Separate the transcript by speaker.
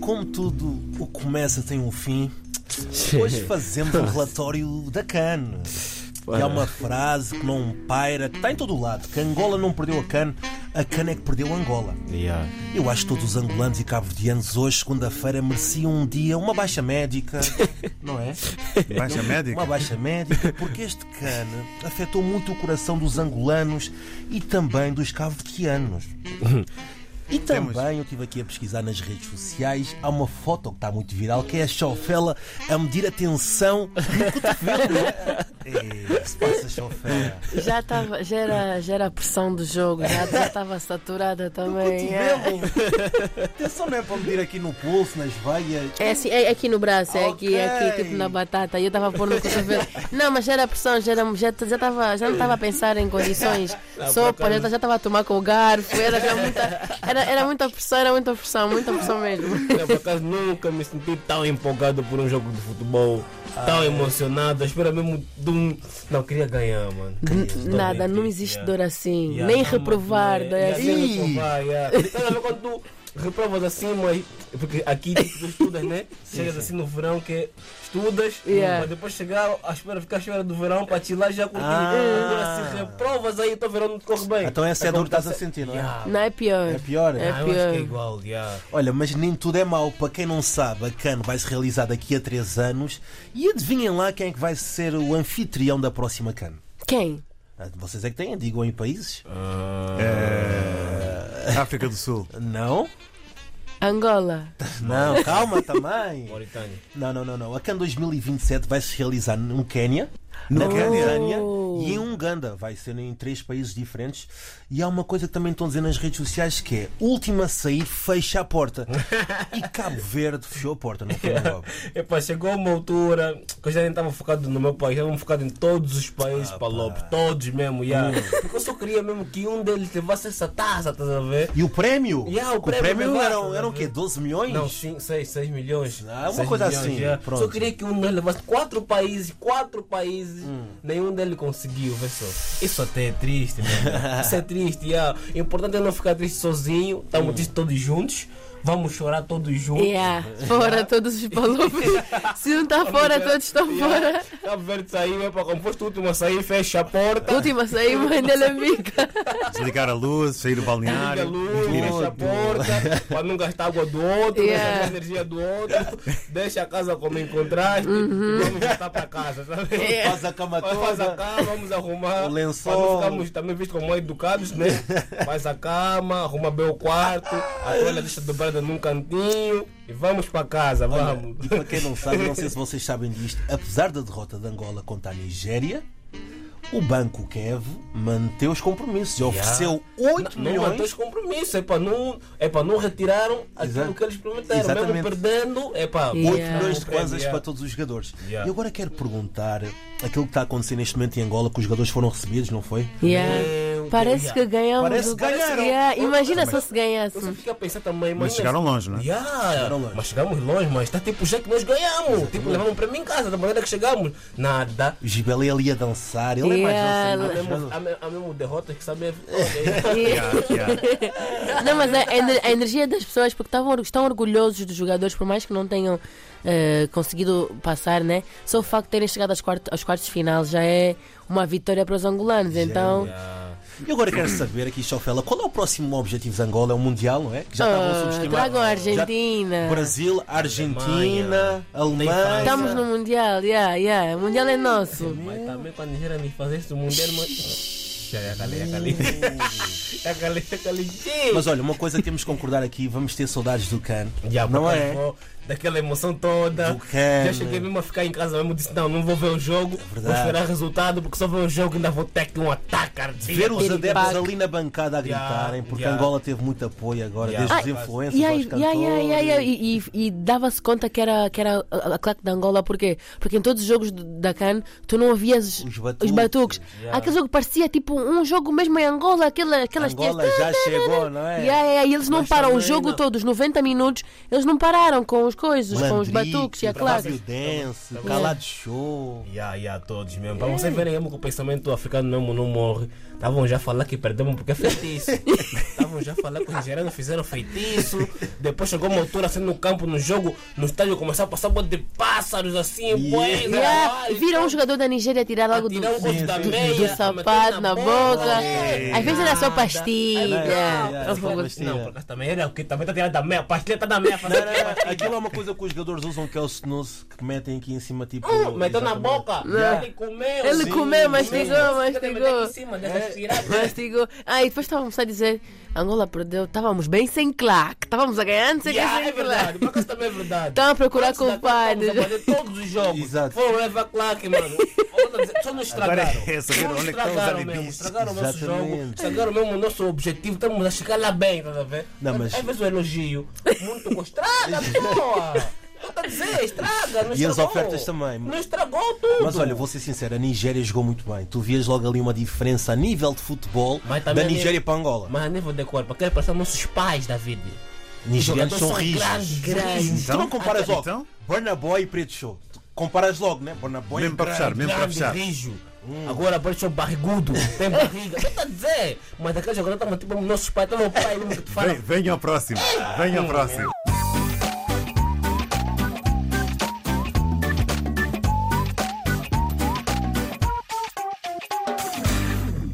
Speaker 1: como tudo o que começa tem um fim, hoje fazemos um relatório da CAN. E há uma frase que não paira, que está em todo o lado: que Angola não perdeu a CAN, a CAN é que perdeu a Angola.
Speaker 2: Yeah.
Speaker 1: Eu acho que todos os angolanos e cabo-verdianos hoje, segunda-feira, mereciam um dia uma baixa médica, não é?
Speaker 3: Baixa médica.
Speaker 1: Uma baixa médica, porque este cano afetou muito o coração dos angolanos e também dos cabo-verdianos. E também eu estive aqui a pesquisar nas redes sociais, há uma foto que está muito viral, que é a chofela a medir a tensão no cotovelo. Ei, se passa chofela.
Speaker 4: Já, tava, já, era, já era a pressão do jogo, já estava saturada também. É.
Speaker 1: Cotovelo! Tensão não é para medir aqui no pulso, nas veias.
Speaker 4: É assim, é aqui no braço, é aqui, é aqui,
Speaker 1: Ok.
Speaker 4: tipo na batata. E eu estava a pôr no cotovelo. Não, mas já era pressão, já, era, já, já, tava, já não estava a pensar em condições. Sopa, já estava a tomar com o garfo. Era, já muita, era, era muita pressão, era muita pressão, muita pressão mesmo.
Speaker 2: Não, por acaso nunca me senti tão empolgado por um jogo de futebol,
Speaker 1: Ah, é.
Speaker 2: tão emocionado. à Espera mesmo de um. Não, queria ganhar, mano. Queria, estou
Speaker 4: Nada,
Speaker 2: bem
Speaker 4: não
Speaker 2: aqui,
Speaker 4: existe
Speaker 2: yeah.
Speaker 4: dor assim.
Speaker 2: Yeah,
Speaker 4: Nem
Speaker 2: não,
Speaker 4: reprovar,
Speaker 2: mano,
Speaker 4: dor
Speaker 2: yeah,
Speaker 4: assim.
Speaker 2: nem reprovar, yeah. Estás a ver quando tu reprovas assim, mas. Porque aqui tipo, tu estudas, né? Chegas assim no verão que é estudas,
Speaker 4: Yeah.
Speaker 2: mas depois chegar à espera, ficar à espera do verão para te lá já curtir.
Speaker 1: Ah.
Speaker 2: Agora se reprovas aí, o teu verão não te corre bem.
Speaker 1: Então essa é a
Speaker 2: Tá
Speaker 1: dor que estás
Speaker 2: como
Speaker 1: a
Speaker 2: tá se-
Speaker 1: sentir, não é?
Speaker 2: Yeah.
Speaker 4: Não é pior.
Speaker 1: É pior, é?
Speaker 4: É
Speaker 2: Ah, eu acho que é
Speaker 4: pior.
Speaker 2: igual, yeah.
Speaker 1: Olha, mas nem tudo é mau. Para quem não sabe, a CAN vai se realizar daqui a 3 anos. E adivinhem lá quem é que vai ser o anfitrião da próxima CAN.
Speaker 4: Quem?
Speaker 1: Ah, Vocês é que têm, digam em países?
Speaker 3: África do Sul.
Speaker 1: Não?
Speaker 4: Angola.
Speaker 1: Não, calma também.
Speaker 2: Mauritânia.
Speaker 1: Não, não, não, não. A CAN 2027 vai se realizar no Quénia, na
Speaker 3: No Quénia?
Speaker 1: Tanzânia e em Uganda. Vai ser em três países diferentes. E há uma coisa que também estão a dizer nas redes sociais que é última a sair fecha a porta. E Cabo Verde fechou a porta, não foi logo.
Speaker 2: Epá, chegou uma altura que eu já nem estava focado no meu país, estava focado em todos os países
Speaker 1: Ah,
Speaker 2: para Lobo, todos mesmo, yeah.
Speaker 1: Hum.
Speaker 2: porque eu só queria mesmo que um deles levasse essa taça, estás a ver?
Speaker 1: E o prémio?
Speaker 2: Yeah, o
Speaker 1: Que
Speaker 2: prémio levasse,
Speaker 1: eram,
Speaker 2: né?
Speaker 1: eram o quê? 12 milhões?
Speaker 2: Não, 6, 6 milhões.
Speaker 1: Ah, uma
Speaker 2: Seis
Speaker 1: coisa
Speaker 2: milhões,
Speaker 1: assim, pronto.
Speaker 2: Só queria que um deles levasse quatro países, quatro países,
Speaker 1: Hum.
Speaker 2: nenhum deles conseguiu, vê só. Isso até é triste, mano. Isso é triste, yeah. O importante é não ficar triste sozinho, estamos
Speaker 1: Hum.
Speaker 2: tristes todos juntos, vamos chorar todos juntos.
Speaker 4: Yeah, fora todos os palopes. Se um está fora, todos estão fora.
Speaker 2: Cabo Verde saiu, é para composto, o último a sair, fecha a porta.
Speaker 4: Última a sair, mãe dele amiga.
Speaker 3: Desligar a luz, sair do
Speaker 2: Liga a
Speaker 3: balneário.
Speaker 2: luz, fecha a porta, para não gastar água do outro,
Speaker 4: Yeah.
Speaker 2: não gastar energia do outro, deixa a casa como encontraste,
Speaker 4: Uhum.
Speaker 2: vamos voltar para casa, sabe?
Speaker 4: É.
Speaker 1: Faz a cama
Speaker 2: Vai, Faz a
Speaker 1: toda.
Speaker 2: cama, vamos arrumar.
Speaker 1: O lençol.
Speaker 2: Para não ficarmos também vistos como educados, né? Faz a cama, arruma bem o quarto, a toalha deixa dobrada num cantinho e vamos para casa, vamos.
Speaker 1: E para quem não sabe, não sei se vocês sabem disto, apesar da derrota de Angola contra a Nigéria, o Banco Kev manteve os compromissos e ofereceu 8
Speaker 2: Não
Speaker 1: milhões.
Speaker 2: mantém os compromissos, é para não, é para não retiraram aquilo
Speaker 1: Exato.
Speaker 2: que eles prometeram,
Speaker 1: Exatamente.
Speaker 2: mesmo perdendo, é para
Speaker 4: Yeah.
Speaker 1: 8 milhões de
Speaker 2: Compreendo,
Speaker 1: kwanzas
Speaker 2: yeah.
Speaker 1: para todos os jogadores.
Speaker 2: Yeah.
Speaker 1: E agora quero perguntar aquilo que está a acontecer neste momento em Angola, que os jogadores foram recebidos, não foi? É,
Speaker 4: Yeah. Parece que ganhamos.
Speaker 1: um Parece
Speaker 4: o-
Speaker 1: que ganharam.
Speaker 4: Yeah, Imagina só se
Speaker 2: Eu só
Speaker 4: ganhasse.
Speaker 2: fiquei a pensar também,
Speaker 3: Mas chegaram longe, não é?
Speaker 2: Yeah,
Speaker 1: né? Chegaram longe.
Speaker 2: Mas chegamos longe, mas está tipo já que nós ganhamos. Tipo, levamos para mim em casa, da maneira que chegamos. Nada.
Speaker 1: O Gibelé ali a dançar, ele é mais
Speaker 4: Yeah,
Speaker 1: dançado.
Speaker 2: Há mesmo, há me- há mesmo derrotas que sabem. Ok.
Speaker 4: Yeah.
Speaker 3: Ah,
Speaker 4: Não, mas a, a ener- a energia das pessoas, porque estavam, or- estão orgulhosos dos jogadores, por mais que não tenham eh, conseguido passar, né? Só o facto de terem chegado aos quartos, aos quartos de final já é uma vitória para os angolanos. Então,
Speaker 2: Yeah.
Speaker 1: E agora quero saber aqui, Chofela, qual é o próximo objetivo de Angola? É o Mundial, não é? Que já
Speaker 4: Ah,
Speaker 1: estavam subestimados.
Speaker 4: tragam a
Speaker 1: Já-
Speaker 4: Argentina.
Speaker 1: Brasil, Argentina,
Speaker 2: França.
Speaker 1: Alemanha.
Speaker 4: Estamos no Mundial, yeah, yeah. O Mundial é nosso.
Speaker 2: Mas também quando a Nigéria me fazer isso, o mundo era uma- Já calei, já calei. Já calei, já calei. Sim.
Speaker 1: Mas olha, uma coisa que temos que concordar aqui, vamos ter saudades do Can.
Speaker 2: Já,
Speaker 1: não
Speaker 2: porque
Speaker 1: é?
Speaker 2: vou- Daquela emoção toda.
Speaker 1: Do Kane.
Speaker 2: Já cheguei mesmo a ficar em casa mesmo. Disse: Não, não vou ver o jogo. vou
Speaker 1: verdade.
Speaker 2: esperar resultado. Porque só ver o jogo ainda vou ter que um ataque cardíaco.
Speaker 1: Ver os
Speaker 4: Aquele
Speaker 1: adeptos
Speaker 4: impacto.
Speaker 1: ali na bancada a gritarem, porque
Speaker 2: yeah.
Speaker 1: Angola teve muito apoio agora,
Speaker 2: Yeah.
Speaker 1: desde
Speaker 2: Ai,
Speaker 1: os influencers
Speaker 4: E,
Speaker 1: aos
Speaker 4: aí, e,
Speaker 1: cantores.
Speaker 4: aí, e, aí, e aí, e, e- e dava-se conta que era, que era a, a claque da Angola, porquê? Porque em todos os jogos do- da CAN tu não ouvias os,
Speaker 1: Os batuques,
Speaker 4: batuques.
Speaker 2: yeah.
Speaker 4: Aquele jogo parecia tipo um jogo mesmo em Angola, aquela, aquelas
Speaker 1: Angola
Speaker 4: tias-
Speaker 1: já chegou, não é?
Speaker 4: Yeah, yeah, e eles não
Speaker 2: Mas
Speaker 4: param o
Speaker 2: também
Speaker 4: jogo
Speaker 2: não-
Speaker 4: todo, os 90 minutos, eles não pararam com os os coisos, com os
Speaker 1: Landrick,
Speaker 4: batuques e a classe.
Speaker 1: Fábio Dance, Calado Show.
Speaker 2: Ya, ya, todos mesmo. Para vocês verem mesmo que o pensamento africano mesmo não morre. Estavam já a falar que perdemos porque é feitiço. Estavam já a falar que os nigerianos fizeram feitiço. Depois chegou uma altura assim no campo, no jogo, no estádio, começou a passar um monte de pássaros assim, pois.
Speaker 4: Yeah. Viram um jogador da Nigéria tirar algo do,
Speaker 2: Tirar um gosto da
Speaker 4: do- do
Speaker 2: meia, meter
Speaker 4: sapato
Speaker 2: na
Speaker 4: na
Speaker 2: boca.
Speaker 4: boca.
Speaker 2: É.
Speaker 4: Às vezes era só
Speaker 1: Não, não,
Speaker 4: pastilha.
Speaker 1: não, não, não, não,
Speaker 2: Não, porque também era o que também está tirando da meia, a pastilha está da meia.
Speaker 1: Não, não, não, Aquilo é, é uma coisa que os jogadores usam que é o snus que metem aqui em cima tipo.
Speaker 2: Hum, Meteu na
Speaker 1: exatamente. É.
Speaker 2: boca,
Speaker 4: Yeah.
Speaker 2: ele comeu.
Speaker 4: Ele
Speaker 2: sim.
Speaker 4: comeu, mastigou,
Speaker 2: Você tem que meter
Speaker 4: mastigou.
Speaker 2: aqui em cima
Speaker 1: É.
Speaker 2: dessas tiradas.
Speaker 4: Mastigou. Ah, e depois estávamos a dizer: Angola perdeu, estávamos bem sem claque, estávamos a ganhar, não sei o que,
Speaker 2: Yeah,
Speaker 4: sem
Speaker 2: é
Speaker 4: claque.
Speaker 2: verdade, por acaso também é verdade.
Speaker 4: Estão a procurar
Speaker 2: Antes da Copa,
Speaker 4: culpados.
Speaker 2: vamos fazer todos os jogos.
Speaker 1: Exato.
Speaker 2: Foram Eva Clark, mano. Só nos estragaram.
Speaker 3: Agora é saber
Speaker 2: Só nos
Speaker 3: onde é que estão os
Speaker 2: estragaram mesmo.
Speaker 3: alibis.
Speaker 2: Estragaram o nosso
Speaker 1: Exatamente.
Speaker 2: jogo. Estragaram mesmo o nosso objetivo. Estamos a chegar lá bem, estás a ver?
Speaker 1: Não, mas-
Speaker 2: Às vezes o elogio. Muito bom. Estraga, porra! Tá a dizer, estraga, não
Speaker 1: E as
Speaker 2: estragou.
Speaker 1: ofertas também.
Speaker 2: Não estragou tudo.
Speaker 1: Mas olha, vou ser sincero, a Nigéria jogou muito bem. Tu vias logo ali uma diferença a nível de futebol
Speaker 2: Mas
Speaker 1: da
Speaker 2: também a nível-
Speaker 1: Nigéria para Angola.
Speaker 2: Mas a nível de corpo, quero passar nossos pais da vida. Os
Speaker 1: Nigerianos
Speaker 2: jogadores
Speaker 1: são rígidos.
Speaker 2: grandes, grandes.
Speaker 1: tu não comparas logo.
Speaker 3: Então?
Speaker 1: Burna Boy e Preto Show. Tu comparas logo, né? Burna Boy
Speaker 3: Mesmo para
Speaker 1: grande.
Speaker 3: fechar, mesmo para
Speaker 2: grande,
Speaker 3: fechar.
Speaker 2: rijo. Agora parece um barrigudo, tem barriga. Não tá a dizer, mas daquela jogada estava tipo nossos pais, estava o então, pai mesmo que te fala.
Speaker 3: Vem- Venha ao próximo. Venha ao próximo.